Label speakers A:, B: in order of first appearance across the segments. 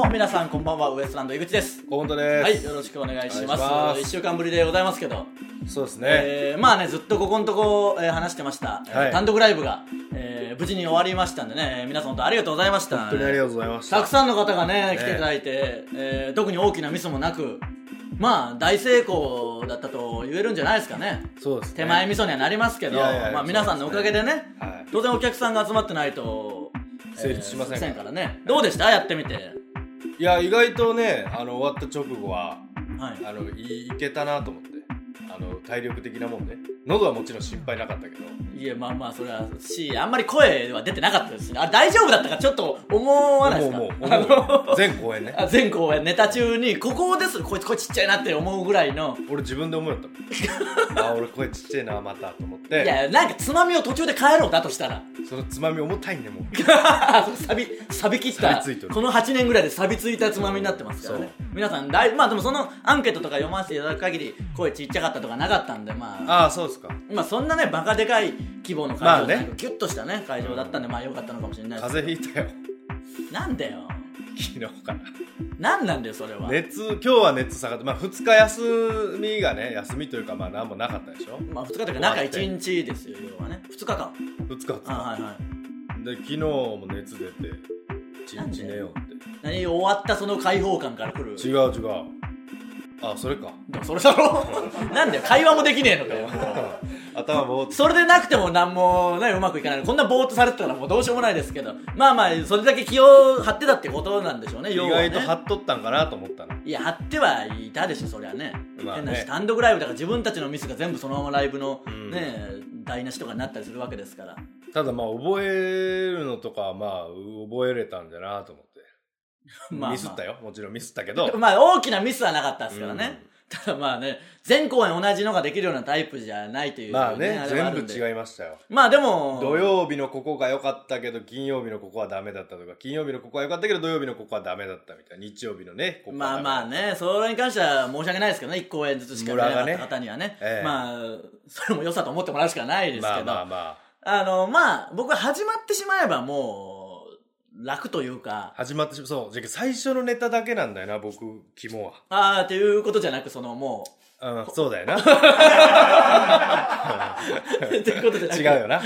A: はい、皆さんこんばんは、ウエストランド井口です。
B: 河本です、
A: はい、よろしくお願いし
B: お願
A: ま。
B: いしますす
A: 一週間ぶりでございますけど、
B: そうですね、
A: えーまあね、ずっとここのとこ、えー話してました、えー
B: はい
A: 単独ライブが、えー無事に終わりましたんでね、えー皆さん本当ありがとうございました。
B: 本当にありがとうございました
A: たくさんの方がね
B: ね
A: 来ていただいて、えー特に大きなミスもなくまあ大成功だったと言えるんじゃないですかね
B: そうですね
A: 手前味噌にはなりますけど
B: いやいや
A: まあ、皆さんのおかげでね
B: はい
A: 当然お客さんが集まってないと
B: 成立しません
A: えーからねどうでしたやってみて
B: いや意外とねあの終わった直後は
A: はい
B: あのいいけたなと思ってあの体力的なもんね喉はもちろん心配なかったけど
A: いやまあまあそれはしあんまり声は出てなかったですしねあ大丈夫だったかちょっと思わないですか
B: もうもう
A: あ
B: も
A: の
B: う全公演ね
A: あ全公演ネタ中にここですこいつ声ちっちゃいなって思うぐらいの
B: 俺自分で思うよった もんあ俺声ちっちゃいなまたと思っ
A: い
B: て
A: やなんかつまみを途中で変えろだとしたら
B: そのつまみ重たいねもう
A: あそれ錆び錆び切った
B: 錆びついてる
A: この8年ぐらいで錆びついたつまみになってますからね皆さんだいまあでもそのアンケートとか読ませていただく限り声ちっちゃかったとかなかったんでまあ
B: ああそうですか
A: まあそんなねバカでかい規模の会場じゃなく、
B: まあね
A: ギュッとしたね会場だったんでまあ良かったのかもしれないです
B: 風邪ひいたよ
A: なんだよ
B: 昨日から
A: なんなんだよそれは、
B: 熱今日は熱下がってまあ2日休みがね休みというかまあ何もなかったでしょ
A: まあ2日というか中1日ですよ要はね2日間
B: 2日2日
A: あはいはい
B: で昨日も熱出て一
A: なんで
B: 日寝ようっ
A: 何終わったその解放感から来る
B: て違う違うあそれか
A: でもそれだろ なんだよ会話もできねえのか よ
B: 頭ぼーっと
A: それでなくても何もねうまくいかないこんなぼーっとされてたらもうどうしようもないですけどまあまあそれだけ気を張ってたってことなんでしょうね
B: 意
A: 要はね
B: 外と張っとったんかなと思ったない
A: や張ってはいたでしょそりゃね,、
B: まあね
A: 変なし単独ライブだから自分たちのミスが全部そのままライブの、
B: うん
A: ね台無しとかになったりするわけですから
B: ただまあ覚えるのとかはまあ覚えれたんだなと思って、
A: まあ、まあ、
B: ミスったよもちろんミスったけど
A: まあ大きなミスはなかったですからね、ただまあね全公演同じのができるようなタイプじゃないという、
B: まあね
A: れは
B: 全
A: るん
B: 部
A: で
B: 違いましたよ
A: まあでも
B: 土曜日のここが良かったけど金曜日のここはダメだったとか金曜日のここは良かったけど土曜日のここはダメだったみたいな日曜日のねここ
A: ま
B: は
A: あ
B: ダメ
A: まあね、それに関しては申し訳ないですけどね、1公演ずつしか出なかった方にはね、
B: ムラがねええ
A: まあ、それも良さと思ってもらうしかないですけど、
B: まあ
A: あ
B: まあま
A: の、まあ、僕は始まってしまえばもう、楽という
B: あ
A: か、
B: 始まってしそうじゃあ最初のネタだけなんだよな僕肝は
A: ああ、っていうことじゃなく、そのも
B: うん、そうだよな。
A: う、っていうことじゃなく
B: 違うよな。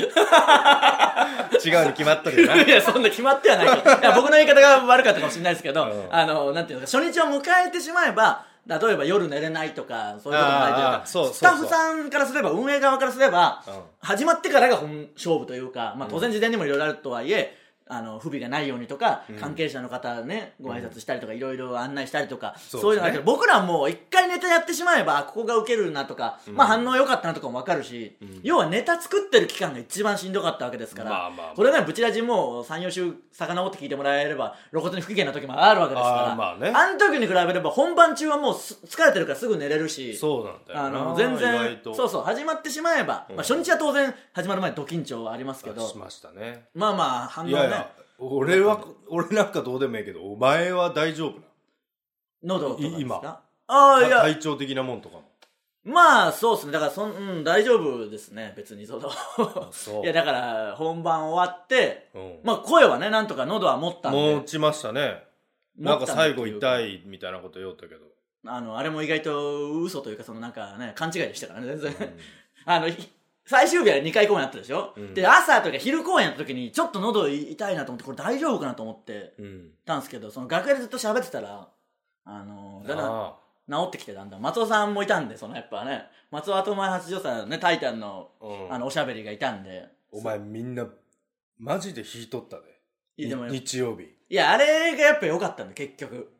B: 違うに決まっとるよ な。
A: いや、そんな決まってはないからいや。僕の言い方が悪かったかもしれないですけど、
B: うん
A: あの、なんていうのか、初日を迎えてしまえば、例えば夜寝れないとか、そういうこともないという
B: あー
A: か
B: あー、そうそうそう
A: スタッフさんからすれば、運営側からすれば、
B: うん
A: 始まってからが本勝負というか、まあ当然事前にもいろいろあるとはいえ、あの不備がないようにとか、関係者の方ねご挨拶したりとかいろいろ案内したりとか、
B: うですね
A: そういうのがあるけど僕らはもう一回ネタやってしまえばあここがウケるなとか、まあ反応良かったなとかも分かるし、要はネタ作ってる期間が一番しんどかったわけですから、
B: まあまあまあ
A: これねブチラジも34週遡って聞いてもらえれば露骨に不機嫌な時もあるわけですから
B: あーまあね
A: の時に比べれば本番中はもうす疲れてるからすぐ寝れるし
B: そうなんだよな。
A: あの全
B: 意
A: 然
B: 外と
A: そうそう始まってしまえば、まあ、初日は当然始まる前にド緊張はありますけど
B: しましたね。
A: まあまあ反応
B: い
A: ね
B: やいや、俺は、俺なんかどうでもいいけど、お前は大丈夫な。
A: 喉とかです
B: い今
A: かああいや
B: 体調的なもんとかも。
A: まあそうですねだからそん、うん、大丈夫ですね別にそ の
B: そう
A: いやだから本番終わって、
B: うん
A: まあ声はねなんとか喉は持ったん
B: もう
A: で
B: 落ちましたね。
A: 持っ
B: なん
A: た
B: か
A: んで
B: 最後
A: というか
B: 痛いみたいなこと言おったけど。
A: あのあれも意外と嘘というかそのなんかね勘違いでしたからね全然、 あのひ最終日は2回公演あったでしょ、
B: ん
A: で朝というか昼公演やった時にちょっと喉痛いなと思ってこれ大丈夫かなと思って
B: うん。
A: ったんですけどその楽屋でずっと喋ってたらあのだんだん
B: あ
A: 治ってきてだんだん松尾さんもいたんでそのやっぱね松尾後前八条さんね「タイタンの」
B: あうん
A: あのおしゃべりがいたんで
B: お前みんな、マジで引いとったで。
A: いやでもい
B: 日曜日。
A: やあれがやっぱ良かったんで結局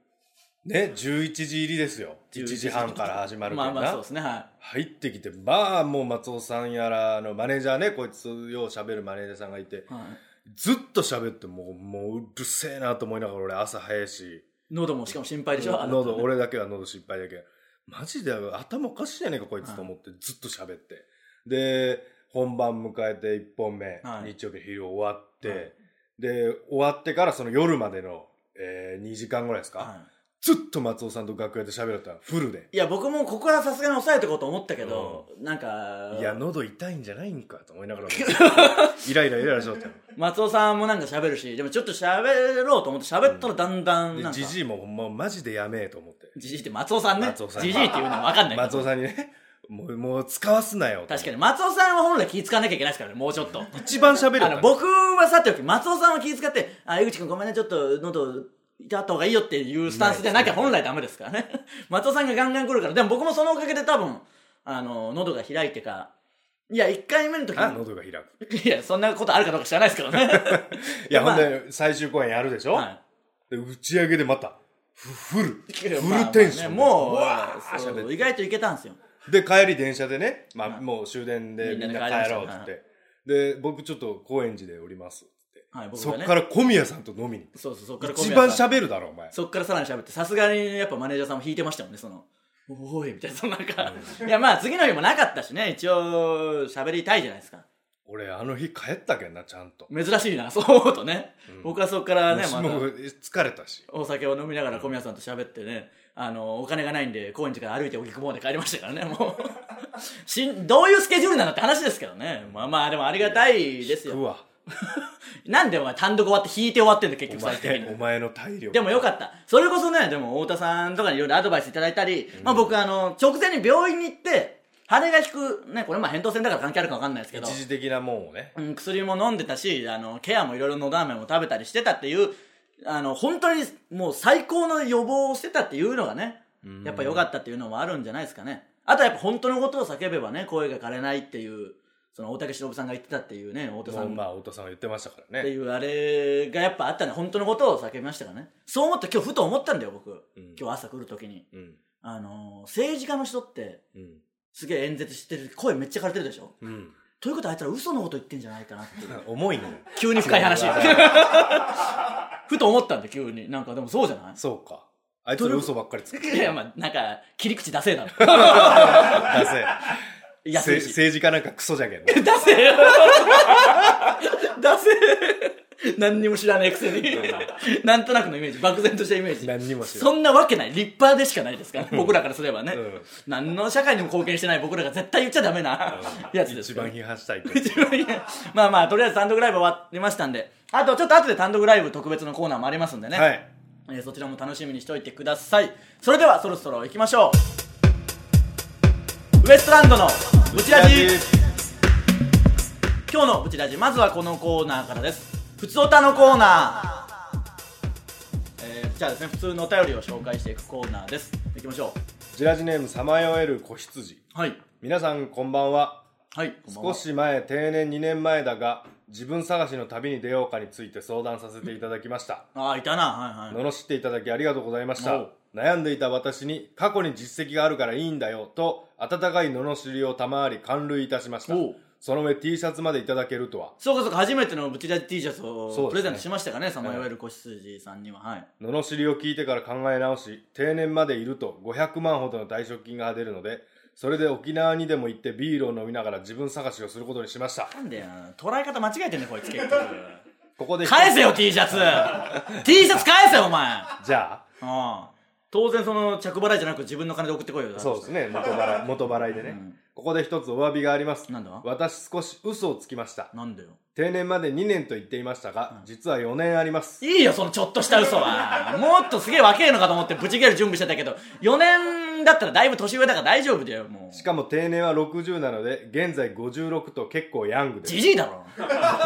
B: ね、11時入りですよ。1時半から始まる
A: ま
B: か
A: あ
B: ら
A: まあそう
B: な
A: で。すねは
B: 入ってきてまあもう松尾さんやらあのマネージャーねこいつよう喋るマネージャーさんがいて
A: い、はい、
B: ずっと喋ってもうもううるせえなと思いながら俺朝早いし
A: 喉もしかも心配でしょあの
B: 喉俺だけは喉心配だけどマジで頭おかしいじゃねえかこいつと思ってずっと喋ってで本番迎えて1本目、
A: はい
B: 日曜日の昼終わって、
A: はい
B: で終わってからその夜までの、えー2時間ぐらいですか、
A: は
B: ずっと松尾さんと楽屋で喋られたフルで。
A: いや、僕もここはさすがに抑えてこうと思ったけど、なんか、
B: いや、喉痛いんじゃないんかと思 いながら、イライライライラしちゃったの。
A: 松尾さんもなんか喋るし、でもちょっと喋ろうと思って喋ったらだんだんなん
B: で、
A: か、
B: じ
A: じ
B: じいもほんまマジでやめえと思って。
A: じいって松尾さんね。
B: 松尾さん
A: じじいっていうのはわかんないけど。
B: 松尾さんにね、もう、もう使わすなよ。
A: 確か
B: に。
A: に、松尾さんは本来気使わなきゃいけないですからね、もうちょっ と。
B: 一番喋るよ
A: あの、僕はさておき、松尾さんは気遣って、あ、江口くんごめんね、ちょっと喉、痛った方がいいよっていうスタンスじゃなきゃ本来ダメですからね。 松尾さんがガンガン来るから、でも僕もそのおかげで多分、あの、喉が開いてか、いや、1回目の時
B: あ
A: に、
B: 喉が開く。
A: いや、そんなことあるかどうか知らないですけどね。
B: いや、
A: ま
B: ほ
A: あ
B: んで、最終公演やるでしょ、
A: はい
B: で打ち上げでまた、フフル、
A: まあ
B: フ
A: まあね
B: ルテンションで。
A: もう
B: わー
A: そう
B: 喋っ
A: 意外といけたんですよ
B: てで、帰り電車でね、ま
A: は
B: あ、
A: い
B: もう終電
A: み
B: でみ
A: ん
B: ん
A: な
B: な
A: で帰りました
B: 帰ろうっつって。で、僕ちょっと高円寺でおりますっつって。
A: はい僕
B: そ
A: が
B: っ
A: ね
B: から小宮さんと飲みに。
A: そうそうそっから小
B: 一
A: 宮
B: 番
A: さん
B: 喋るだろ、お前。
A: そっからさらに喋ってさすがにやっぱマネージャーさんも引いてましたもんねそのおーいみたいなそのなんかいやまあ次の日もなかったしね一応喋りたいじゃないですか
B: 俺、あの日帰ったけんな、ちゃんと。
A: 珍しいなそう思うとね、僕はそっからね
B: もう
A: ま
B: も
A: た
B: う疲れたし。
A: お酒を飲みながら小宮さんと喋ってねあのお金がないんで高円寺から歩いて荻窪まで帰りましたからねもう しんどういうスケジュールなのって話ですけどねまあまあでもありがたいです
B: う
A: よ
B: わ、
A: なんでお前単独終わって引いて終わってんだ結
B: お
A: 局最終的に
B: 前、お前の体力。
A: でもよかった。それこそね、でも太田さんとかにいろいろアドバイスいただいたり、まあ僕あの、直前に病院に行って、腫れが引く、ね、これまあ扁桃腺だから関係あるかわかんないですけど、
B: 一時的なもんをね。
A: うん、薬も飲んでたし、あの、ケアもいろいろのど飴も食べたりしてたっていう、あの、本当にもう最高の予防をしてたっていうのがね、やっぱ良かったっていうのもあるんじゃないですかね。あとはやっぱ本当のことを叫べばね、声が枯れないっていう、その大竹しのぶさんが言ってたっていうね、太田さ
B: もうんまあ、太田さんは言ってましたからね。
A: っていうあれがやっぱあったね本当のことを叫びましたからねそう思って今日ふと思ったんだよ僕、
B: ん
A: 今日朝来る時に
B: うん。
A: あのー政治家の人って
B: うん。
A: すげえ演説してる声めっちゃ枯れてるでしょ
B: うん。
A: ということはあいつら嘘のこと言ってんじゃないかなっていう
B: 重いね。
A: 急に深い話 ふと思ったんだよ急になんかでもそうじゃな
B: そうか。あいつら嘘ばっかりつく。
A: いいやまあなんか切り口出せえな
B: ダセえ。
A: 安
B: せ
A: いし
B: 政治家なんかクソじゃけんね。
A: 出せ出せ何にも知らないくせになんとなくのイメージ漠然としたイメージ
B: 何にも知ら
A: そんなわけない立派でしかないですから僕らからすればね、
B: ん
A: 何の社会にも貢献してない僕らが絶対言っちゃダメな やつです
B: 一
A: から
B: 番批判したいけど。
A: 一番いいまあまあとりあえず単独ライブ終わりましたんであとちょっと後で単独ライブ特別のコーナーもありますんでね、
B: はい。
A: えーそちらも楽しみにしておいてくださいそれではそろそろ行きましょうウエストランドのブチラジ今日のブチラジまずはこのコーナーからです普通おたのコーナーえー、じゃあですね普通のお便りを紹介していくコーナーです行きましょ
B: ジラジネームさまよえる子羊。
A: うはい
B: 皆さんこんばんは。
A: はいこんばんは
B: 少し前、定年2年前だが、自分探しの旅に出ようかについて相談させていただきました。
A: ああいたなはいはい
B: 罵っていただきありがとうございまし
A: お
B: た
A: う
B: 悩んでいた私に過去に実績があるからいいんだよと温かい罵りを賜り感涙いたしました
A: おう
B: その上 T シャツまでいただけるとは
A: そうかそうか初めてのブチラジ T シャツ
B: そ
A: を
B: うですね
A: プレゼントしましたかねさまよえる子羊さんにははい
B: 罵りを聞いてから考え直し定年までいると500万ほどの退職金が出るのでそれで沖縄にでも行ってビールを飲みながら自分探しをすることにしました
A: なんでよ捉え方間違えてんねこいつ結局
B: こ こで
A: 返せよ T シ ャツ T シャツ返せよお前
B: じゃ
A: ああ当然その着払いじゃなく自分の金で送ってこいよ
B: あそうですね元払い元払いでね、ここで一つお詫びがあります
A: なんだ
B: 私少し嘘をつきました
A: なんだよ
B: 定年まで2年と言っていましたが、実は4年あります
A: いいよそのちょっとした嘘 はもっとすげえ若えのかと思ってブチギャル準備してたけど4年だったらだいぶ年上だから大丈夫だよも
B: し
A: う
B: かも定年は60なので現在56と結構ヤングです
A: じじいだろ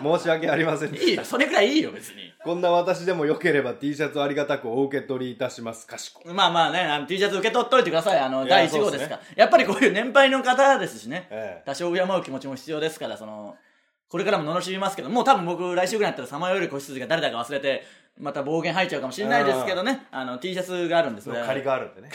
B: 申し訳ありませんで
A: いい
B: し
A: よ
B: た
A: それくらいいいよ別に
B: こんな私でも良ければ T シャツをありがたくお受け取りいたしますかしこ
A: まあまあねあの T シャツ受け取っといてくださいあの
B: いや
A: 第1号ですからやっぱりこういう年配の方ですしね、
B: ええ
A: 多少敬う気持ちも必要ですからそのこれからも罵りますけどもう多分僕来週ぐらいになったらさまより子羊が誰だか忘れてまた暴言吐いちゃうかもしれないですけどねあの T シャツがあるんです
B: の借りがあるん でね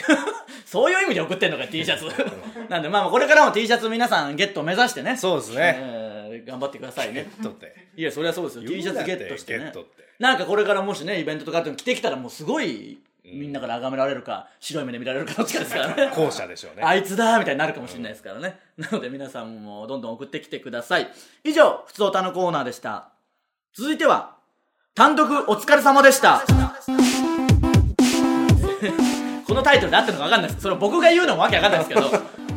A: そういう意味で送ってんのかよ T シャツ なんでまあまあこれからも T シャツ皆さんゲットを目指してね
B: そうですね
A: えー頑張ってくださいね
B: 取って
A: いやそりゃそうですよ T シャツゲットして
B: ゲ
A: ね
B: ットって
A: なんかこれからもしねイベントとかでも着てきたらもうすごいみんなから崇められるか白い目で見られるかどっちかですから ね
B: 後者でしょうね
A: あいつだーみたいになるかもしれないですからね、なので皆さんもどんどん送ってきてください以上ふつおたのコーナーでした続いては単独お疲れ様でした このタイトルで合ってるのか分かんないですそれ僕が言うのもわけわかんないですけど、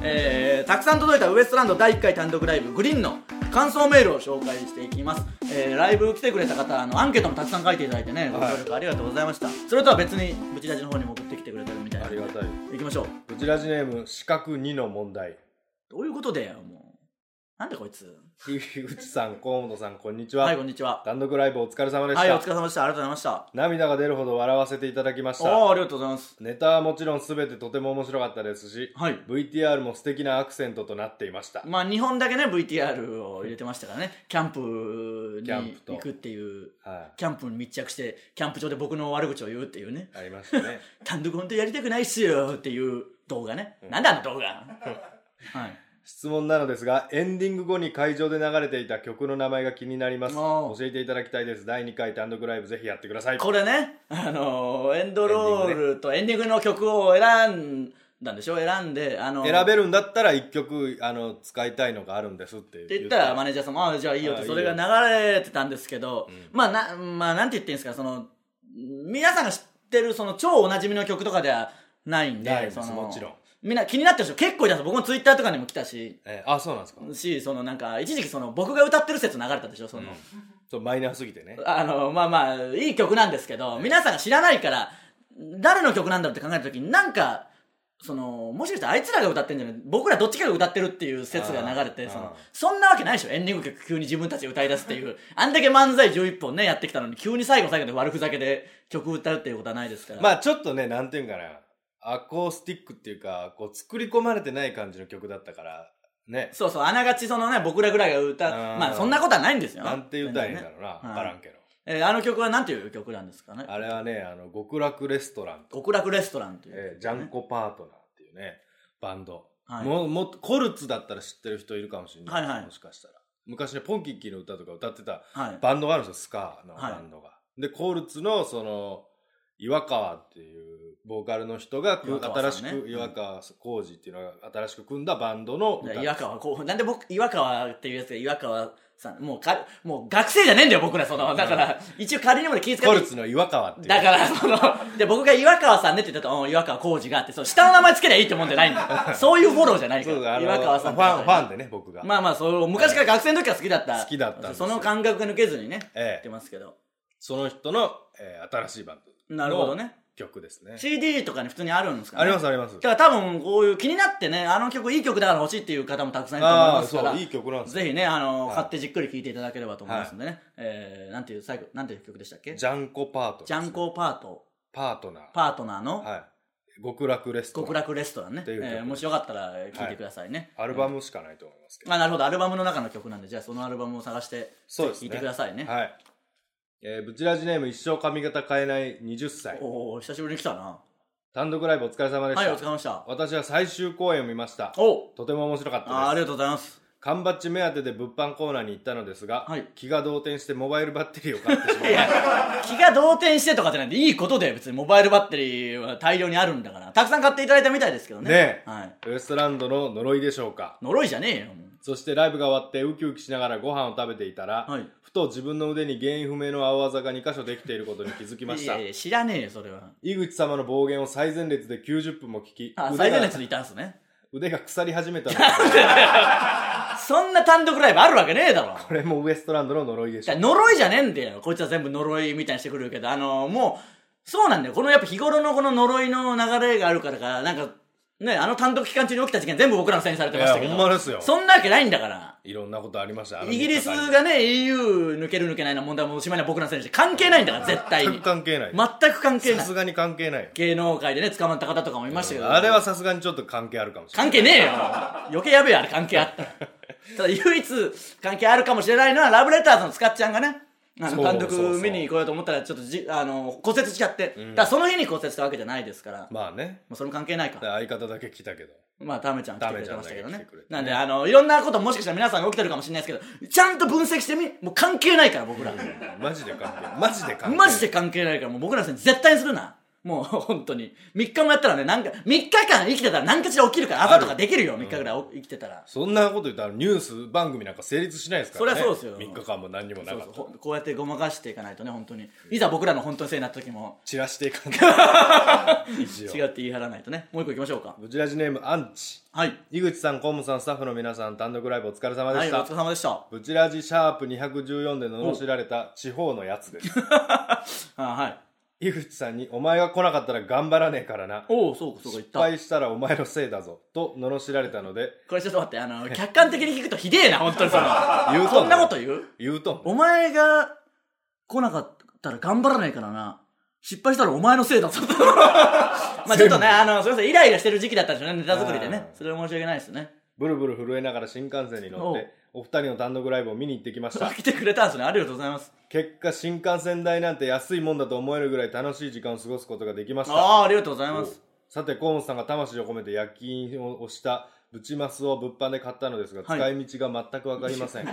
A: えーたくさん届いたウエストランド第1回単独ライブグリーンの感想メールを紹介していきます、えーライブ来てくれた方あのアンケートもたくさん書いていただいてねご協力ありがとうございました、それとは別にブチラジの方にも送ってきてくれてるみたいな
B: ありがたい
A: いきましょう
B: ブチラジネーム四角2の問題
A: どういうことだよもうなんでこいつ
B: 樋口さん河本さんこんにちは、
A: はいこんにちは
B: 単独ライブお疲れ様でした、
A: はいお疲れ様でしたありがとうございま
B: 涙が出るほど笑わせていただきまし
A: した
B: た
A: おーありがとうございます
B: ネタはもちろん全てとても面白かったですし、
A: はい
B: VTR も素敵なアクセントとなっていました
A: まあ日本だけね VTR を入れてましたからねキャンプ
B: キャン
A: に
B: プと
A: 行くっていう
B: はい
A: キャンプに密着してキャンプ場で僕の悪口を言うっていうね
B: ありましたね
A: 単独本当やりたくないっすよっていう動画ね、なんだあの動画はい
B: 質問なのですがエンディング後に会場で流れていた曲の名前が気になります
A: お
B: 教
A: ー
B: えていただきたいです第2回単独ライブぜひやってください
A: これね、あのーエンドロールとエンディングの曲を選んだんでしょ選んで、あのー
B: 選べるんだったら1曲あの使いたいのがあるんですって
A: って言ったらマネージャーさんも「ああじゃあいいよ」っ
B: あ
A: て
B: あ
A: それが
B: いい
A: 流れてたんですけどまあなまあなんて言っていいんですかその皆さんが知ってるその超おなじみの曲とかではないんで
B: ないです
A: その
B: もちろん
A: みんな気になってる人結構いたんですよ僕もツイッターとかにも来たし
B: えーあそうなんですか
A: しそのなんか一時期その僕が歌ってる説流れたでしょその、
B: そうマイナーすぎてね
A: あのまあまあいい曲なんですけど皆さんが知らないから誰の曲なんだろうって考えた時になんかそのもしかしたらあいつらが歌ってんじゃない僕らどっちかが歌ってるっていう説が流れ
B: あ
A: て
B: ー
A: そ
B: あー
A: のそんなわけないでしょエンディング曲急に自分たちで歌い出すっていうあんだけ漫才11本ねやってきたのに急に最後最後で悪ふざけで曲歌うっていうことはないですから、
B: まあちょっとねなんていうんかなアコースティックっていうかこう作り込まれてない感じの曲だったからね
A: そうそうあながちそのね僕らぐらいが歌う
B: あー
A: まあそんなことはないんですよ
B: なんて歌えんだろうな、
A: 全然ね
B: わからんけど
A: はいえーあの曲はなんていう曲なんですかね
B: あれはねあの極楽レストラン、
A: 極楽レストランという、
B: えージャンコパートナーっていうねバンド、
A: はい
B: もうもっとコルツだったら知ってる人いるかもしれない、
A: はいはい
B: もしかしたら昔ねポンキッキーの歌とか歌ってた
A: はい、
B: バンドがあるんですよスカーの
A: は
B: バ
A: い
B: ンドが、でコルツのその岩川っていうボーカルの人が、
A: 岩川
B: 新
A: さ
B: し
A: んね
B: く岩川浩二っていうのが新しく組んだバンドの歌
A: いや岩川こうなんで僕岩川っていうやつが岩川さんもうかもう学生じゃねえんだよ僕らそのだから一応仮にも気遣
B: コ
A: っ
B: ル
A: て
B: ツの岩川っていう
A: だからそので僕が岩川さんねって言ったとうん岩川浩二があってそう下の名前つけりゃいいってもんじゃないんだ よそういうフォローじゃないか
B: そう
A: ら
B: あの
A: 岩川さん
B: ファンフ
A: ン
B: ァンでね僕が、
A: まあまあそう昔から学生の時から好きだった
B: 好きだったんですよ
A: その感覚が抜けずにね言
B: え
A: って
B: え、
A: ますけど
B: その人の、えー新しいバンド
A: なるほどね
B: 曲ですね
A: CD とかに普通にあるんですかね
B: ありますあります
A: だから多分こういう気になってねあの曲いい曲だから欲しいっていう方もたくさんいると思い
B: あ
A: ま
B: あ
A: すから
B: そういい曲なんですよ
A: ぜひね、あの、
B: はい
A: 買ってじっくり聴いていただければと思いますんでね。えー、なんていう、最後、なんていう曲でしたっけ
B: ジャンコパートナー
A: ジャンコパート、
B: パートナー
A: パートナーの
B: はい極楽レストラン
A: 極楽レストランね。
B: と
A: え
B: いう曲
A: ーもしよかったら聴いてくださいね。
B: アルバムしかないと思いますけど、
A: あ、なるほど、アルバムの中の曲なんで、じゃあそのアルバムを探して、
B: そうです
A: 聴
B: ね
A: いてくださいね。
B: はいえー、ブチラジネーム一生髪型変えない20歳
A: おお久しぶりに来たな。
B: 単独ライブお疲れ様でし
A: はい、
B: た、
A: お疲れ様でした。
B: 私は最終公演を見ました
A: お
B: とても面白かったです
A: あーありがとうございます。
B: 缶バッジ目当てで物販コーナーに行ったのですが、
A: はい
B: 気が動転してモバイルバッテリーを買ってしま
A: い
B: いま
A: や
B: した
A: 気が動転してとかじゃないんで、いいことで別にモバイルバッテリーは大量にあるんだから、たくさん買っていただいたみたいですけどね。
B: ねえ
A: はい。
B: ウエストランドの呪いでしょうか
A: 呪いじゃねえよ、もう
B: そしてライブが終わってウキウキしながらご飯を食べていたら、
A: はい
B: ふと自分の腕に原因不明の青あざが2箇所できていることに気づきまし
A: い
B: た
A: やいや知らねえよ、それは。
B: 井口様の暴言を最前列で90分も聞き
A: あ、
B: 腕
A: 最前
B: が
A: 列にいたんすね。
B: 腕が腐り始めたのです
A: そんな単独ライブあるわけねえだろ。
B: これもウエストランドの呪いでしょう
A: 呪いじゃねえんだよ。こいつは全部呪いみたいにしてくるけど、あのもう、そうなんだよ。このやっぱ日頃のこの呪いの流れがあるからか、なんか、ね、あの単独期間中に起きた事件全部僕らのせいにされてましたけど。
B: いやほんまですよ
A: そんなわけないんだから。
B: いろんなことありましたあの
A: イギリス
B: 三日間に
A: がね、EU 抜ける抜けないの問題もおしまいな僕らのせいにして関係ないんだから、絶対
B: 全
A: に
B: く。関係ない
A: 全く関係
B: さ
A: ない
B: す。がに関係ないよ
A: 芸能界でね、捕まった方とかもいましたけど。
B: あれはさすがにちょっと関係あるかもしれな
A: 関
B: い
A: 係ねえよ余計やべえよあれ関係あったら ただ唯一関係あるかもしれないのはラブレターズの塚っちゃんがねあ
B: そ
A: の
B: う
A: 単
B: そうそ
A: 独
B: う
A: 見に行こうと思ったらちょっとじあの骨折しちゃって、だからその日に骨折したわけじゃないですから、ま
B: まあね
A: あ、それも関係ないか
B: 相方だけ来たけど
A: まあタメちゃん来てくれてましたけど
B: タメ
A: ね
B: ちゃんが来てくれてね
A: なんであのいろんなこともしかしたら皆さんが起きてるかもしれないですけどちゃんと分析してみもう関係ないから僕ら
B: マジで関係ないマジで関係ない
A: マジで関係ないからもう僕らのせいに絶対にするなもう本当に。3日もやったらね、なんか、3日間生きてたら何かしら起きるから、朝とかできるよ、3日ぐらいお生きてたら。
B: そんなこと言ったらニュース番組なんか成立しないですから
A: そ
B: ね。
A: りゃそうですよ
B: 3日間も何にもな
A: そ
B: か
A: う
B: った。
A: そうほこうやってごまかしていかないとね、本当に。いざ僕らの本当のせいになった時も、
B: 散らしていか ない。一
A: 違
B: 応。
A: って言い張らないとね。もう一個行きましょうか。
B: ブチラジネームアンチ。
A: はい。
B: 井口さん、コムさん、スタッフの皆さん、単独ライブお疲れ様で
A: は
B: し
A: い、お
B: た。
A: 疲れ様でした。
B: ブチラジシャープ214で罵られた地方のやつです。
A: あはい。
B: 井口さんに、お前が来なかったら頑張らねえからな。
A: おお、そうか、そうか、言っ
B: 失
A: た。
B: 敗したらお前のせいだぞ。と罵られたので、
A: これちょっと待って、あの、客観的に聞くとひでえな、本当にその。
B: 言うと
A: そんなこと言う
B: 言うとんね
A: お前が来なかったら頑張らないからな。失敗したらお前のせいだぞ。 まあちょっとね、あの、すみません、イライラしてる時期だったんでしょうね、ネタ作りでね
B: あ。ー
A: それは申し訳ないですね。
B: ブルブル震えながら新幹線に乗ってお二人の単独ライブを見に行ってきました
A: 来てくれたんですね、ありがとうございます。
B: 結果新幹線代なんて安いもんだと思えるぐらい楽しい時間を過ごすことができまし
A: あ
B: た
A: あー、ありがとうございます。
B: さて河本さんが魂を込めて焼き印を押したブチマスを物販で買ったのですが、
A: はい
B: 使い道が全く分かりま せん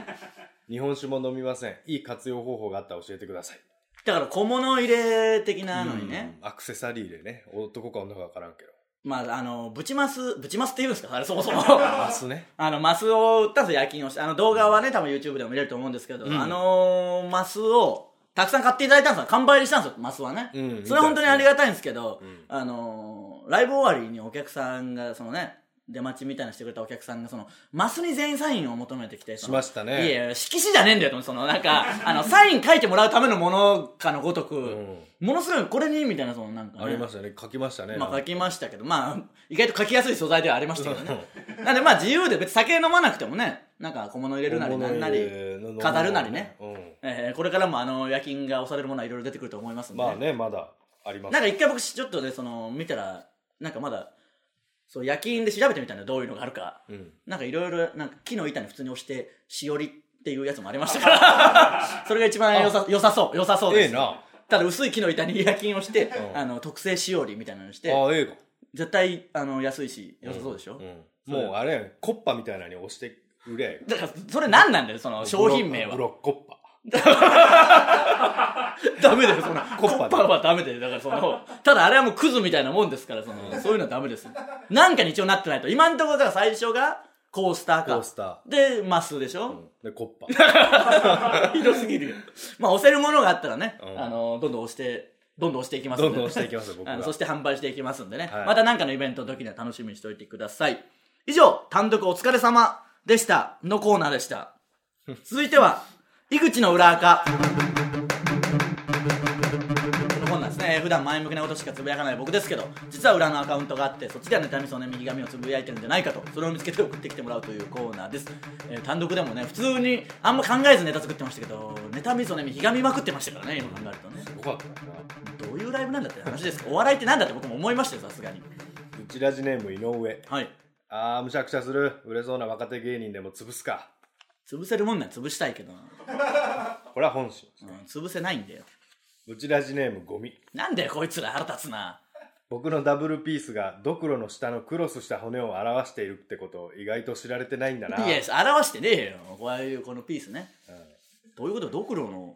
B: 日本酒も飲みませんいい活用方法があったら教えてください
A: だから小物入れ的なのにね。
B: うんアクセサリーでね男か女か分からんけど
A: まああの、ぶちます、ぶちますって言うんですかあれ、そもそ も。
B: マスね
A: あの、マスを売ったんですよ、夜勤をして。あの、動画はね、多分 YouTube でも見れると思うんですけど、
B: うん
A: あのーマスを、たくさん買っていただいたんですよ。完売入りしたんですよ、マスはね。
B: うん
A: それは本当にありがたいんですけど、
B: ん
A: あのーライブ終わりにお客さんが、そのね、出待ちみたいなのしてくれたお客さんが、その、マスに全員サインを求めてきて、その
B: しましたね
A: いやいや、色紙じゃねえんだよ、と思ってその、なんか、あの、サイン書いてもらうためのものかのごとく、
B: ん
A: ものすごい、これに、みたいな、その、なんか、ね。
B: ありましたね書きましたね、
A: まあ書きましたけど、まあ、意外と書きやすい素材ではありましたけどね。なんでまあ自由で別に酒飲まなくてもね、なんか小物入れるなりなんなり、飾るなりね
B: うん
A: えーこれからもあの夜勤が押されるものはいろいろ出てくると思いますんで。
B: まあ。ねまだあります
A: なんか一回僕ちょっとね、その、見たら、なんかまだ、そう夜勤で調べてみたんだよ、どういうのがあるか。
B: うん
A: なんかいろいろ、なんか木の板に普通に押して、しおりっていうやつもありました から、それが一番良さ良さそう、良さそう
B: え
A: で
B: え
A: す。
B: な
A: ただ薄い木の板に夜勤をして、
B: うん
A: あの特製しおりみたいなのにして、
B: ああええか
A: 絶対あの安いし良さそうでしょ、
B: うんもうあれやんコッパみたいなのに押して売れやよ
A: だからそれ何なんだよその商品名は
B: ブロッコッパ
A: ダメだよその
B: コ
A: コ
B: ッ
A: ッパ
B: パで
A: はダメだよだからそ のただあれはもうクズみたいなもんですからその、そういうのはダメですよなんかに一応なってないと今のところだから最初がコースター
B: コ
A: か
B: ースタ
A: でマスでしょ、
B: ーでコッパ
A: ひどすぎるよまあ押せるものがあったらね、
B: うん
A: あのどんどん押してどんどん押していきます
B: どんどん押していきますよ僕
A: あ
B: が
A: のそして販売していきますんでね、
B: はい
A: また何かのイベントの時には楽しみにしておいてください以上「単独お疲れ様でした」のコーナーで した続いては井口の裏垢このコーナーですね普段前向きなことしかつぶやかない僕ですけど実は裏のアカウントがあってそっちでは妬みそうね右髪をつぶやいてるんじゃないかとそれを見つけて送ってきてもらうというコーナーです、えー単独でもね普通にあんま考えずネタ作ってましたけど妬みそうね右髪まくってましたからね今考えるとね
B: よかったな
A: どういうライブなんだって話ですかお笑いってなんだって僕も思いましたよさすがに
B: うちラジネーム井上
A: はい
B: あーむしゃくしゃする売れそうな若手芸人でも潰すか
A: 潰せるもんなら潰したいけどな、
B: これは本心
A: うん、潰せないんだよ
B: うちラジネームゴミ
A: なんだよこいつら腹立つな
B: 僕のダブルピースがドクロの下のクロスした骨を表しているってことを意外と知られてないんだない
A: や表してねえよこういうこのピースね
B: うん
A: どういうことドクロの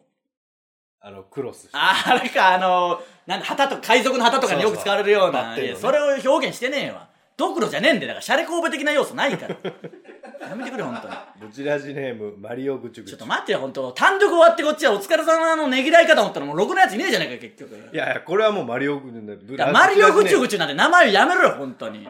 B: あのクロスした
A: ああれかあのなんだ旗と海賊の旗とかによく使われるような
B: そうそうバッテンのね
A: いやそれを表現してねえわドクロじゃねえんだよだからシャレ神戸的な要素ないから やめてくれ本当に
B: ブチラジネームマリオグチュグ
A: ち
B: チ
A: ょっと待ってよ本当単独終わってこっちはお疲れ様のねぎらいかと思ったらもうろくなやついねえじゃないか結局
B: いやいやこれはもうマリオグチュグチ
A: だからマリオグチュ
B: グ
A: グチュなんて名前やめろよ本当に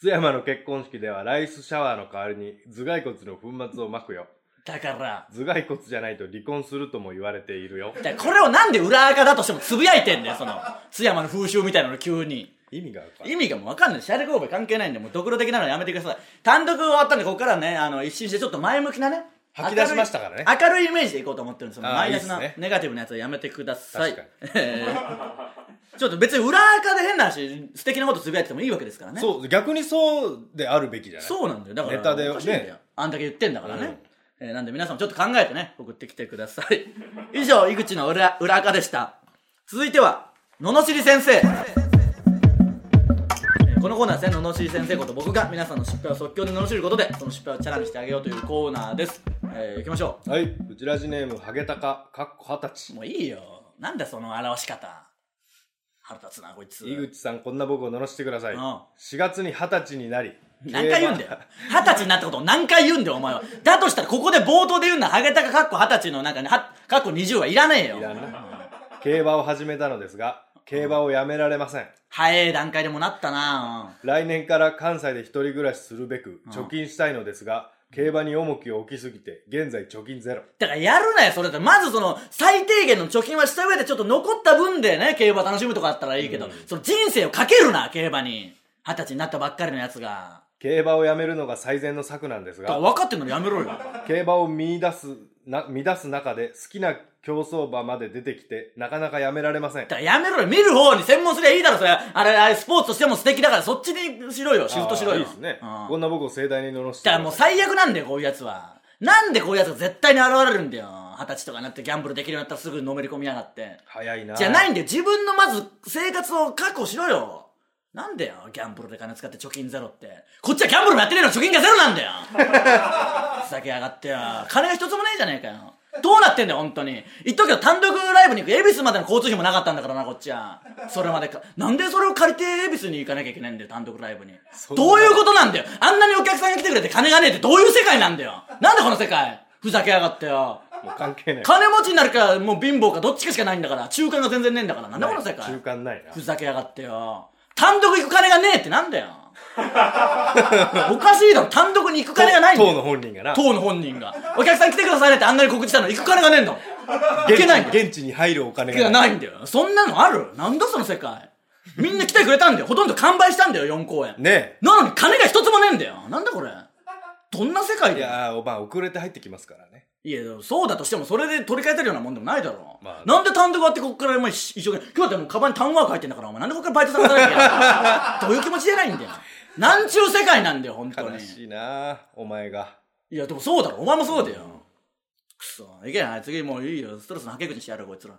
B: 津山の結婚式ではライスシャワーの代わりに頭蓋骨の粉末をまくよ
A: だから
B: 頭蓋骨じゃないと離婚するとも言われているよ
A: だからこれをなんで裏垢だとしてもつぶやいてんだよその津山の風習みたいなの急に
B: 意味があるか
A: 意味がもう分かんないシャレ神戸関係ないんでもうドクロ的なのやめてください単独終わったんでここからねあの一新してちょっと前向きなね
B: 吐き出しましたからね
A: 明るい明るいイメージでいこうと思ってるんですよ
B: あー
A: マイナス
B: いい
A: な
B: っすね
A: ネガティブなやつはやめてください
B: 確
A: えーちょっと別に裏垢で変な話素敵なことつぶやいててもいいわけですからね
B: そう逆にそうであるべきじゃない
A: そうなんだよだから
B: ネタで
A: おかしいんだよ
B: ね
A: あんだけ言ってんだからね、えーなんで皆さんもちょっと考えてね送ってきてください 以上井口の裏裏垢でした続いては罵り先生えーこのコーナーですね罵り先生こと僕が皆さんの失敗を即興で罵ることでその失敗をチャラにしてあげようというコーナーです、えー、行きましょ
B: はいブチラジネームハゲタカかっこ二
A: う
B: 十歳
A: もういいよなんだその表し方腹立つなこいつ
B: 井口さんこんな僕を罵してください、
A: うん
B: 4月に二十歳になり
A: 何回言うんだよ二十歳になったことを何回言うんだよお前はだとしたらここで冒頭で言うんだハゲタカカッコ二十歳の中にはカッコ20はいらねえよ
B: 競馬いらんな競馬を始めたのですが競馬をやめられません
A: 早い段階でもなったな、
B: 来年から関西で一人暮らしするべく貯金したいのですが、競馬に重きを置きすぎて現在貯金ゼロ
A: うんだからやるなよそれってまずその最低限の貯金はした上でちょっと残った分でね競馬楽しむとかあったらいいけど、その人生をかけるな競馬に二十歳になったばっかりのやつが
B: 競馬をやめるのが最善の策なんです
A: だから
B: が
A: 分かってんのにやめろよ
B: 競馬を見出すな見出す中で好きな競走馬まで出てきてなかなかやめられません
A: だからやめろよ見る方に専門すりゃいいだろそれあれあれスポーツとしても素敵だからそっちにしろよシフトしろよ
B: あーいいですね、
A: うん
B: こんな僕を盛大に罵して
A: だからもう最悪なんだよこういうやつはなんでこういうやつが絶対に現れるんだよ二十歳とかになってギャンブルできるようになったらすぐのめり込みやがって
B: 早いな
A: じゃないんだよ自分のまず生活を確保しろよなんだよギャンブルで金使って貯金ゼロってこっちはギャンブルもやってねえのに貯金がゼロなんだよ ふざけやがってよ金が一つもねえじゃねえかよどうなってんだよ本当に言っとくけど単独ライブに行く恵比寿までの交通費もなかったんだからなこっちはそれまでかなんでそれを借りて恵比寿に行かなきゃいけないんだよ単独ライブに
B: そんな
A: どういうことなんだよあんなにお客さんが来てくれて金がねえってどういう世界なんだよなんでこの世界ふざけやがってよ
B: もう関係ない
A: 金持ちになるかもう貧乏かどっちかしかないんだから中間が全然ねえんだからなんだこの世
B: 中
A: 界
B: 間ないな
A: ふざけやがってよ単独行く金がねえってなんだ よおかしいだろ単独に行く金がないんだ
B: 党の
A: よ
B: 本人がな
A: 当の本人がお客さん来てくださいねってあんなに告知したのに行く金がねえんだもん行けないんだよ
B: 現地現地に入るお金
A: 行け
B: が
A: ないんだよそんなのあるなんだその世界みんな来てくれたんだよほとんど完売したんだよ4公演
B: ね
A: なのに金が一つもねえんだよなんだこれどんな世界
B: えい
A: だよ
B: やーおばあ遅れて入ってきますからね
A: いや、そうだとしても、それで取り替えてるようなもんでもないだろ。
B: まあ
A: なんで単独あってこっからお前一生懸命、今日だってもうカバンにタウンワーク入ってんだから、お前なんでこっからバイトされた らいけないどういう気持ちでないんだよ。なんちゅう世界なんだよ、本当
B: 悲
A: に。
B: しいなお前が
A: いや、でもそうだろ、お前もそうだよ。くそ、いけない、次もういいよ、ストレスのはけ口にしてやるよ、こいつら。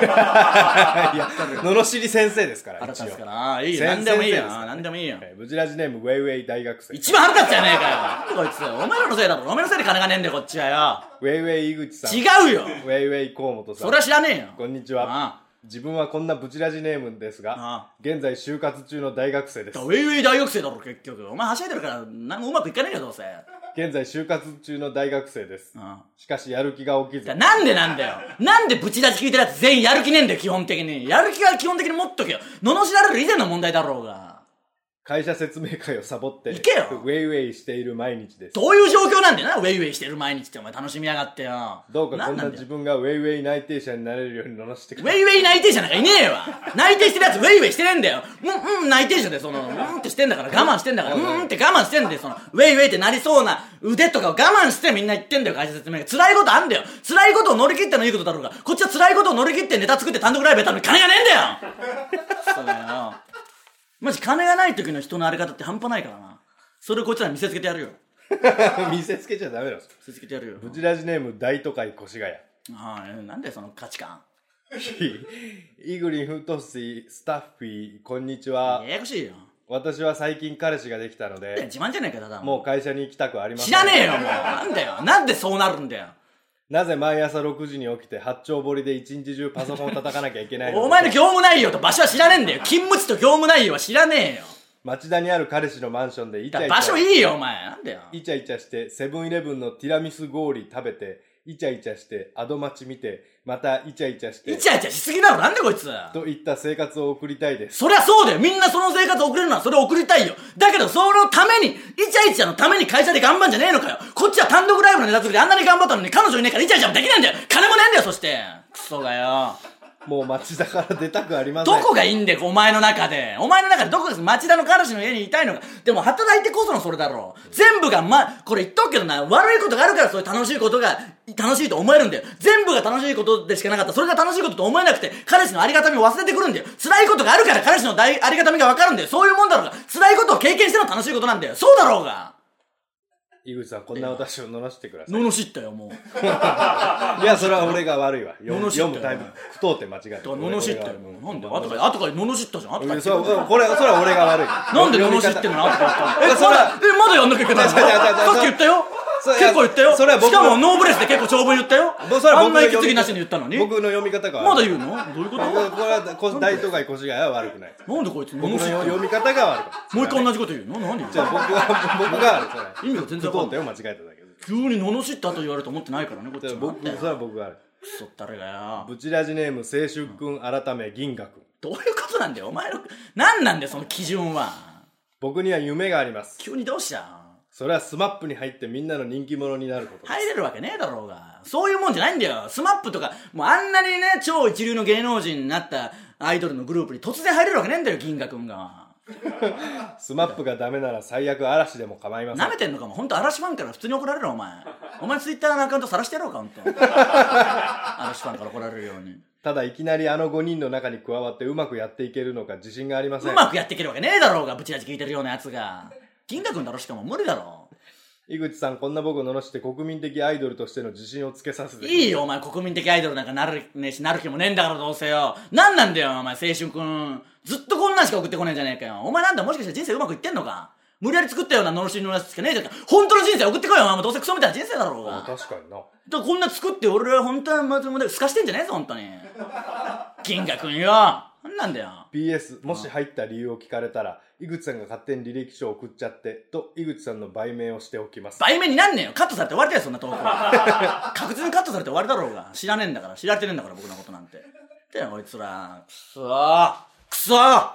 B: いや罵り先生ですから
A: 腹
B: 一
A: 立
B: 応
A: つから、あいいよ、
B: 先
A: なんでもいいよ、
B: 先生ですからね
A: なんでもいいよ。
B: えーブチラジネームウェイウェイ大学生
A: 一番腹立つじゃねえかよ。こいつ、お前らのせいだろ、お前のせいで金がねえんだよ、こっちはよ。
B: ウェイウェイ井口さん
A: 違うよ。
B: ウェイウェイ河本さ
A: そ
B: ん
A: れは知らねえよ。
B: こんにち
A: あ
B: は
A: あ
B: 自分はこんなブチラジネームですが
A: あ
B: 現在就活中の大学生です
A: だウェイウェイ大学生だろ結局お前はしゃいでるからなんもうまくいかねえよどうせ、う
B: 現在就活中の大学生です
A: ん、だ
B: しかしやる気が起き
A: から
B: ず
A: なんでなんだよなんでブチ立ち聞いてるやつ全員やる気ねえんだよ基本的にやる気は基本的に持っとけよ罵られる以前の問題だろうが
B: 会社説明会をサボって
A: 行けよ
B: ウェイウェイしている毎日です
A: どういう状況なんだよなウェイウェイしてる毎日ってお前楽しみやがってよ
B: どうかこん
A: な
B: なん
A: だ
B: 自
A: よ
B: 分がウェイウェイ内定者になれるように罵してく
A: ウ
B: だ
A: ェ
B: さい
A: イウェイ内定者なんかいねえわ内定してるやつウェイウェイしてねえんだようんうん内定者でそのうんってしてんだから我慢してんだからうんうんって我慢してんだよそのウェイウェイってなりそうな腕とかを我慢してみんな言ってんだよ会社説明会辛いことあんだよ辛いことを乗り切ったのいいことだろうがこっちは辛いことを乗り切ってネタ作って単独ライブやったのに金がねえんだよそうだよマジ金がない時の人のあり方って半端ないからなそれをこいつらに見せつけてやるよ
B: 見せつけちゃダメだろ
A: 見せつけてやるよ
B: ブチラジネーム大都会越谷
A: ああなんだよその価値観
B: イグリンフトシスタッフィーこんにちは
A: ややこしいよ
B: 私は最近彼氏ができたので
A: 自慢じゃねえかただの
B: もう会社に行きたくありません
A: 知らねえよもうなんだよなんでそうなるんだよ
B: なぜ毎朝6時に起きて八丁堀で一日中パソコンを叩かなきゃいけないの
A: お前の
B: で
A: 業務内容と場所は知らねえんだよ勤務地と業務内容は知らねえよ
B: 町田にある彼氏のマンションでイチ
A: だ
B: ャ
A: か
B: イ
A: ら場
B: チ
A: 所
B: ャ
A: いいよお前なんだよ
B: イチャイチャしてセブンイレブンのティラミス氷食べてイチャイチャしてアド町見てまたイチャイチャして
A: イチャイチャしすぎだろなんでこいつ
B: といった生活を送りたいです
A: そりゃそうだよみんなその生活を送れるのはそれを送りたいよだけどそのためにイチャイチャのために会社で頑張んじゃねえのかよこっちは単独ライブのネタ作りであんなに頑張ったのに彼女いねえからイチャイチャもできねえんだよ金もねえんだよそしてクソがよ
B: もう町田から出たくありませ
A: ど
B: ん
A: こがいいんだよ、お前の中で。お前の中でどこです町田の彼氏の家にいたいのか。でも働いてこそのそれだろう。全部が、ま、これ言っとくけどな、悪いことがあるからそういう楽しいことが、楽しいと思えるんだよ。全部が楽しいことでしかなかった。それが楽しいことと思えなくて、彼氏のありがたみを忘れてくるんだよ。辛いことがあるから彼氏の大ありがたみがわかるんだよ。そういうもんだろうが。辛いことを経験しての楽しいことなんだよ。そうだろうが。
B: 井口さんこんな私を罵してください
A: 罵ったよ、もう。
B: いや、それは俺が悪いわ。読む
A: 罵ったよ
B: 読むタイム。不当って間違えた。
A: 罵ったよ、もう。なんで後から、後から罵ったじゃん。後
B: 俺
A: から
B: が悪い。そうそうこれ、それは俺が悪い。
A: なんで罵ってんのなって言ったのえ、
B: そ
A: ま
B: れ
A: だ、え、まだやんなきゃいけないの
B: 違う違う違う
A: さっき言ったよ
B: それ
A: 結構言ったよ
B: それは僕
A: しか
B: の
A: もノーブレスで結構長文言ったよ
B: 僕それは
A: あ
B: 僕
A: ん
B: の
A: な
B: 読
A: 息
B: み
A: 継ぎなしに言ったのに
B: 僕の読み方が
A: まだ
B: う
A: 言うのどういうこ
B: ことれはこ大都会越谷は悪くない
A: なんでこいつ
B: 僕
A: 物
B: の
A: 知ってる
B: 読み方が悪くない
A: もう一回同じこと言うの何
B: じゃあ僕は僕が悪くない
A: 意味が全然
B: 不
A: わ
B: 当
A: かん
B: だ
A: ない
B: よ間違えただけで
A: 急に罵ったと言われると思ってないからねこっ
B: じゃ
A: ち
B: あ
A: も
B: 僕それは僕が悪い
A: クソったれがよ
B: ブチラジネーム青春くん改め銀河くん
A: どういうことなんだよお前の何なんだよその基準は
B: 僕には夢があります
A: 急にどうした
B: それはスマップに入ってみんなの人気者になることです
A: 入れるわけねえだろうがそういうもんじゃないんだよスマップとかもうあんなにね超一流の芸能人になったアイドルのグループに突然入れるわけねえんだよ銀河君が
B: スマップがダメなら最悪嵐でも構いません
A: 舐めてんのかも本当嵐ファンから普通に怒られるお前お前ツイッターのアカウント晒してやろうか本当嵐ファンから怒られるように
B: ただいきなりあの5人の中に加わってうまくやっていけるのか自信がありませ
A: うんまくやっていけるわけねえだろうがブチラジ聞いてるようなやつが銀河君だろしかも無理だろ
B: 井口さんこんな僕を罵して国民的アイドルとしての自信をつけさせて
A: いいよお前国民的アイドルなんかなるねえしなる気もねえんだからどうせよなんなんだよお前青春くんずっとこんなんしか送ってこねえじゃねえかよお前なんだもしかして人生うまくいってんのか無理やり作ったような罵りのやつしかねえじゃんか本当の人生送ってこいよお前もうどうせクソみたいな人生だろうが
B: あ確かにな
A: だからこんな作って俺は本当はまずもすかしてんじゃねえぞ本当に銀河くんよなんなんだよ
B: PS もし入った理由を聞かれたら井口さんが勝手に履歴書を送っちゃってと井口さんの売名をしておきます
A: 倍目になんねえよカットされて終わりだよそん な投稿確実にカットされて終わりだろうが知らねえんだから知られてねえんだから僕のことなんててよこいつらくそーくそー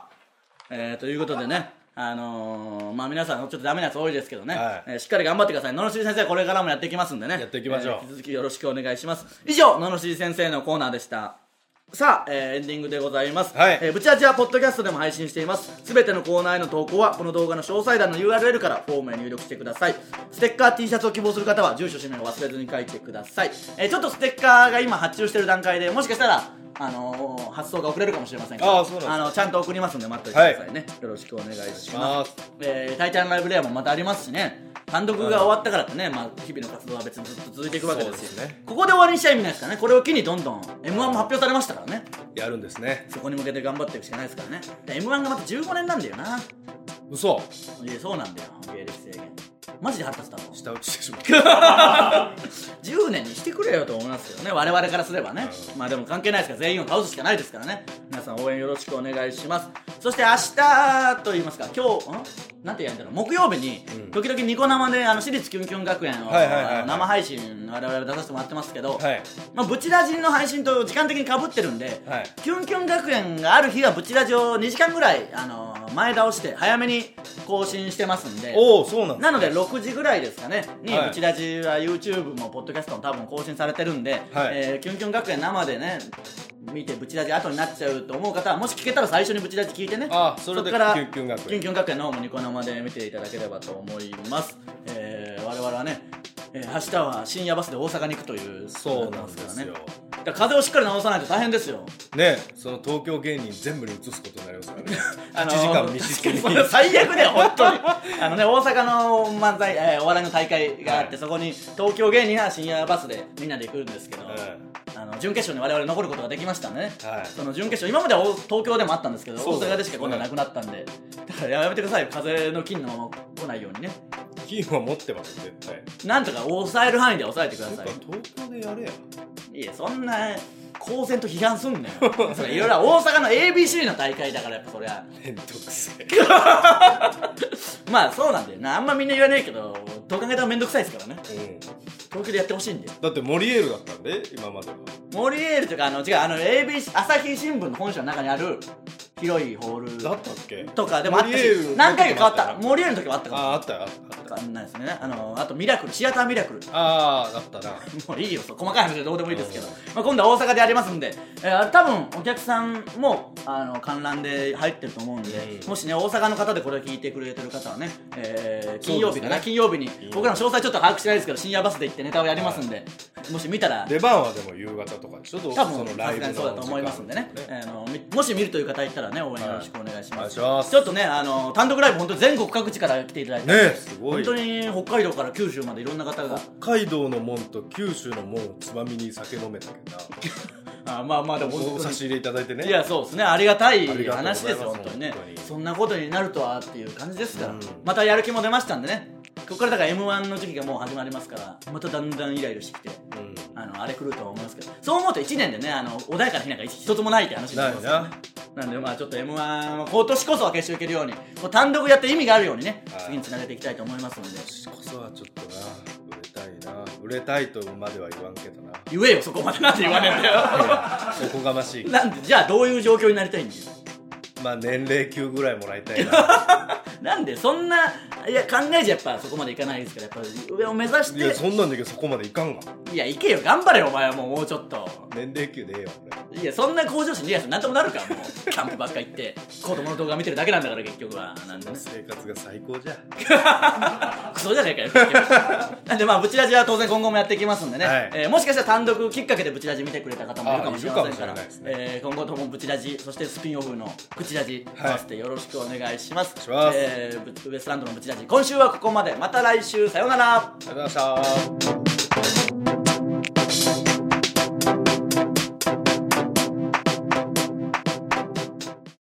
A: えー、ということでねあのー、まあ皆さんちょっとダメなやつ多いですけどね、
B: はい
A: えーしっかり頑張ってください野々尻先生これからもやっていきますんでね
B: やっていきましょう
A: えー引き続きよろしくお願いします以上野々尻先生のコーナーでしたさあ、えーエンディングでございます、
B: はい
A: えーぶちあちはポッドキャストでも配信していますすべてのコーナーへの投稿はこの動画の詳細欄の URL からフォームへ入力してくださいステッカー T シャツを希望する方は住所氏名を忘れずに書いてください、えーちょっとステッカーが今発注してる段階でもしかしたらあのー発送が遅れるかもしれませんけど
B: あーそうなんですね
A: のちゃんと送りますんで待っておいてくださいね、よろしくお願いします
B: ます
A: えー、タイタンライブレアもまたありますしね単独が終わったからってね、まあ、日々の活動は別にずっと続いていくわけですし
B: そうですね
A: ここで終わりにしちゃ意味ないですからねこれを機にどんどん m 1も発表されましたからね
B: やるんですね
A: そこに向けて頑張っていくしかないですからね m 1がまた15年なんだよな
B: 嘘
A: いやそうなんだよ芸歴制限マジで腹立つだろ
B: 下打ちしてしまっ
A: 10年にしてくれよと思いますよね我々からすればねまあでも関係ないですから全員を倒すしかないですからね皆さん応援よろしくお願いしますそして明日と言いますか今日んなんて言うんだろう木曜日に時々ニコ生であの私立キュンキュン学園を
B: はいはいはいはい
A: あの生配信我々出させてもらってますけど、
B: たはい
A: まあ、ブチラジの配信と時間的にかぶってるんで、
B: はい
A: キュンキュン学園がある日はブチラジを2時間ぐらい、あの前倒して早めに更新してますんで
B: おおそうなんです
A: なので6時ぐらいですかねに、
B: はい
A: ブチラジは YouTube もポッドキャストも多分更新されてるんで、えーキュンキュン学園生でね見てブチラジ後になっちゃうと思う方はもし聞けたら最初にブチラジ聞いてね
B: あそれで
A: っから
B: キュンキュン学園
A: キュンキュン学園の方もニコ生で見ていただければと思います、えー、我々はね、えー明日は深夜バスで大阪に行くという
B: そうなんです
A: ね
B: よ
A: だから風邪をしっかり治さないと大変ですよ
B: ねその東京芸人全部に移すことになりますからね
A: あ
B: 1
A: の
B: 時間見しつけに
A: 確かに 最悪だよ本当にあのね大阪の漫才、えーお笑いの大会があって、
B: はい
A: そこに東京芸人は深夜バスでみんなで行くんですけど、
B: う
A: あの準決勝に我々残ることができましたね、
B: はい
A: その準決勝今までは大東京でもあったんですけど
B: そうです
A: 大阪でしか今度はなくなったんで、だからやめてください風邪の菌のまま来ないようにね
B: ん金は持ってます絶対
A: なんとか抑える範囲で抑えてくだ
B: そっ
A: さ
B: か
A: い
B: 東京でやれや
A: いやそんな公然と批判すんなよそれいろいろ大阪の ABC の大会だからやっぱそりゃ
B: めんどくせえ
A: まあそうなんだよなあんまみんな言わねえけどどう考えたらめんどくさいですからね
B: うん
A: 東京でやってほしいんだよ
B: だってモリエールだったんで今までは
A: モリエールとかあの違うあの ABC 朝日新聞の本社の中にある広いホー
B: だ
A: ル
B: ったっけ
A: とかでもあった
B: モ
A: し
B: リエールの
A: 何回か変わっ
B: 時
A: た
B: もあ
A: モリエールの時もあったか
B: あああったよあった
A: もわかんないですねあのあとミラクルシアターミラクル
B: ああだったな
A: もういいよそう細かい話はどうでもいいですけど、まあ、今度は大阪でやりますんで、えー多分お客さんもあの観覧で入ってると思うんで、
B: うん
A: もしね大阪の方でこれを聞いてくれてる方はね、えー金曜日かな、
B: そうです
A: 金
B: ね
A: 曜日に僕らの詳細ちょっと把握してないですけど深夜バスで行ってネタをやりますんで、もし見たら
B: 出番はでも夕方とかでしょどう
A: 多
B: そ
A: 分
B: の
A: さ
B: ライ
A: す
B: ブ
A: が
B: の
A: にそうだと思いますんでね
B: 時間
A: あのみもし見るという方いたらね応援よろしくお願いします,、
B: はいお願いします
A: ちょっとねあの単独ライブ本当に全国各地から来ていただいて、
B: ねえすご
A: 本
B: い
A: 当に北海道から九州までいろんな方が
B: 北海道の門と九州の門をつまみに酒飲めたけどな
A: あまあまあでも本当
B: お
A: に
B: 差し入れいただいて ね
A: いやそうですねありがたい
B: ありがとうございま
A: 話
B: す
A: ですよ本当にね
B: 本当に
A: そんなことになるとはっていう感じですから、
B: うん
A: またやる気も出ましたんでねここからだから m 1の時期がもう始まりますからまただんだんイライラしてきて
B: うん
A: あのあれ来るとは思いますけどそう思うと1年でねあの穏やかな日なんか一つもないって話になりますからねなんでまあちょっと m 1は今年こそは決勝いけるようにもう単独やって意味があるようにね
B: はい
A: 次につなげていきたいと思いますので
B: 年こそはちょっとな売れたいな売れたいとまでは言わんけどな
A: 言えよそこまでなんて言わねえんだよ
B: おこがましい
A: なんでじゃあどういう状況になりたいんだよ
B: まあ年齢級ぐらいもらいたいな
A: なんでそんないや考えじゃやっぱそこまでいかないですからやっぱ上を目指し
B: いやそ
A: て
B: んなんだけどそこまでいかんが
A: いやいけよ頑張れよお前はもうもうちょっと
B: 年齢級でええよ俺
A: いやそんな向上心リアスなんともなるかもうキャンプばっか行って子供の動画見てるだけなんだから結局はなんでね
B: 生活が最高じゃ
A: クソじゃねえかよ結局なんでまあブチラジは当然今後もやっていきますんでね、
B: はい
A: えーもしかしたら単独きっかけでブチラジ見てくれた方もいるかもしれませんから
B: あいるかもしれない
A: えー今後ともブチラジそしてスピンオフのブチラジ
B: はい
A: 合わせてよろしくお願いします,、
B: お願いします
A: えーブウエストランドのブチラジ今週はここまでまた来週さようなら
B: ありがとうございました